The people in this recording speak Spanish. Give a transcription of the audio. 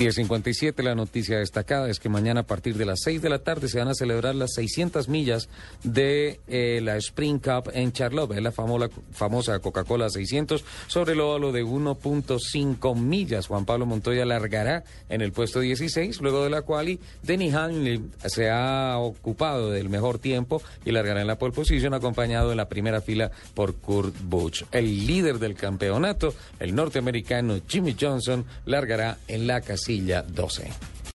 10.57, la noticia destacada es que mañana a partir de las 6 de la tarde se van a celebrar las 600 millas de eh, la Spring Cup en Charlotte, es la famola- famosa Coca-Cola 600, sobre el óvalo de 1.5 millas. Juan Pablo Montoya largará en el puesto 16, luego de la cual Denny Hamlin se ha ocupado del mejor tiempo y largará en la pole position, acompañado en la primera fila por Kurt Busch. El líder del campeonato, el norteamericano Jimmy Johnson, largará en la casilla 12.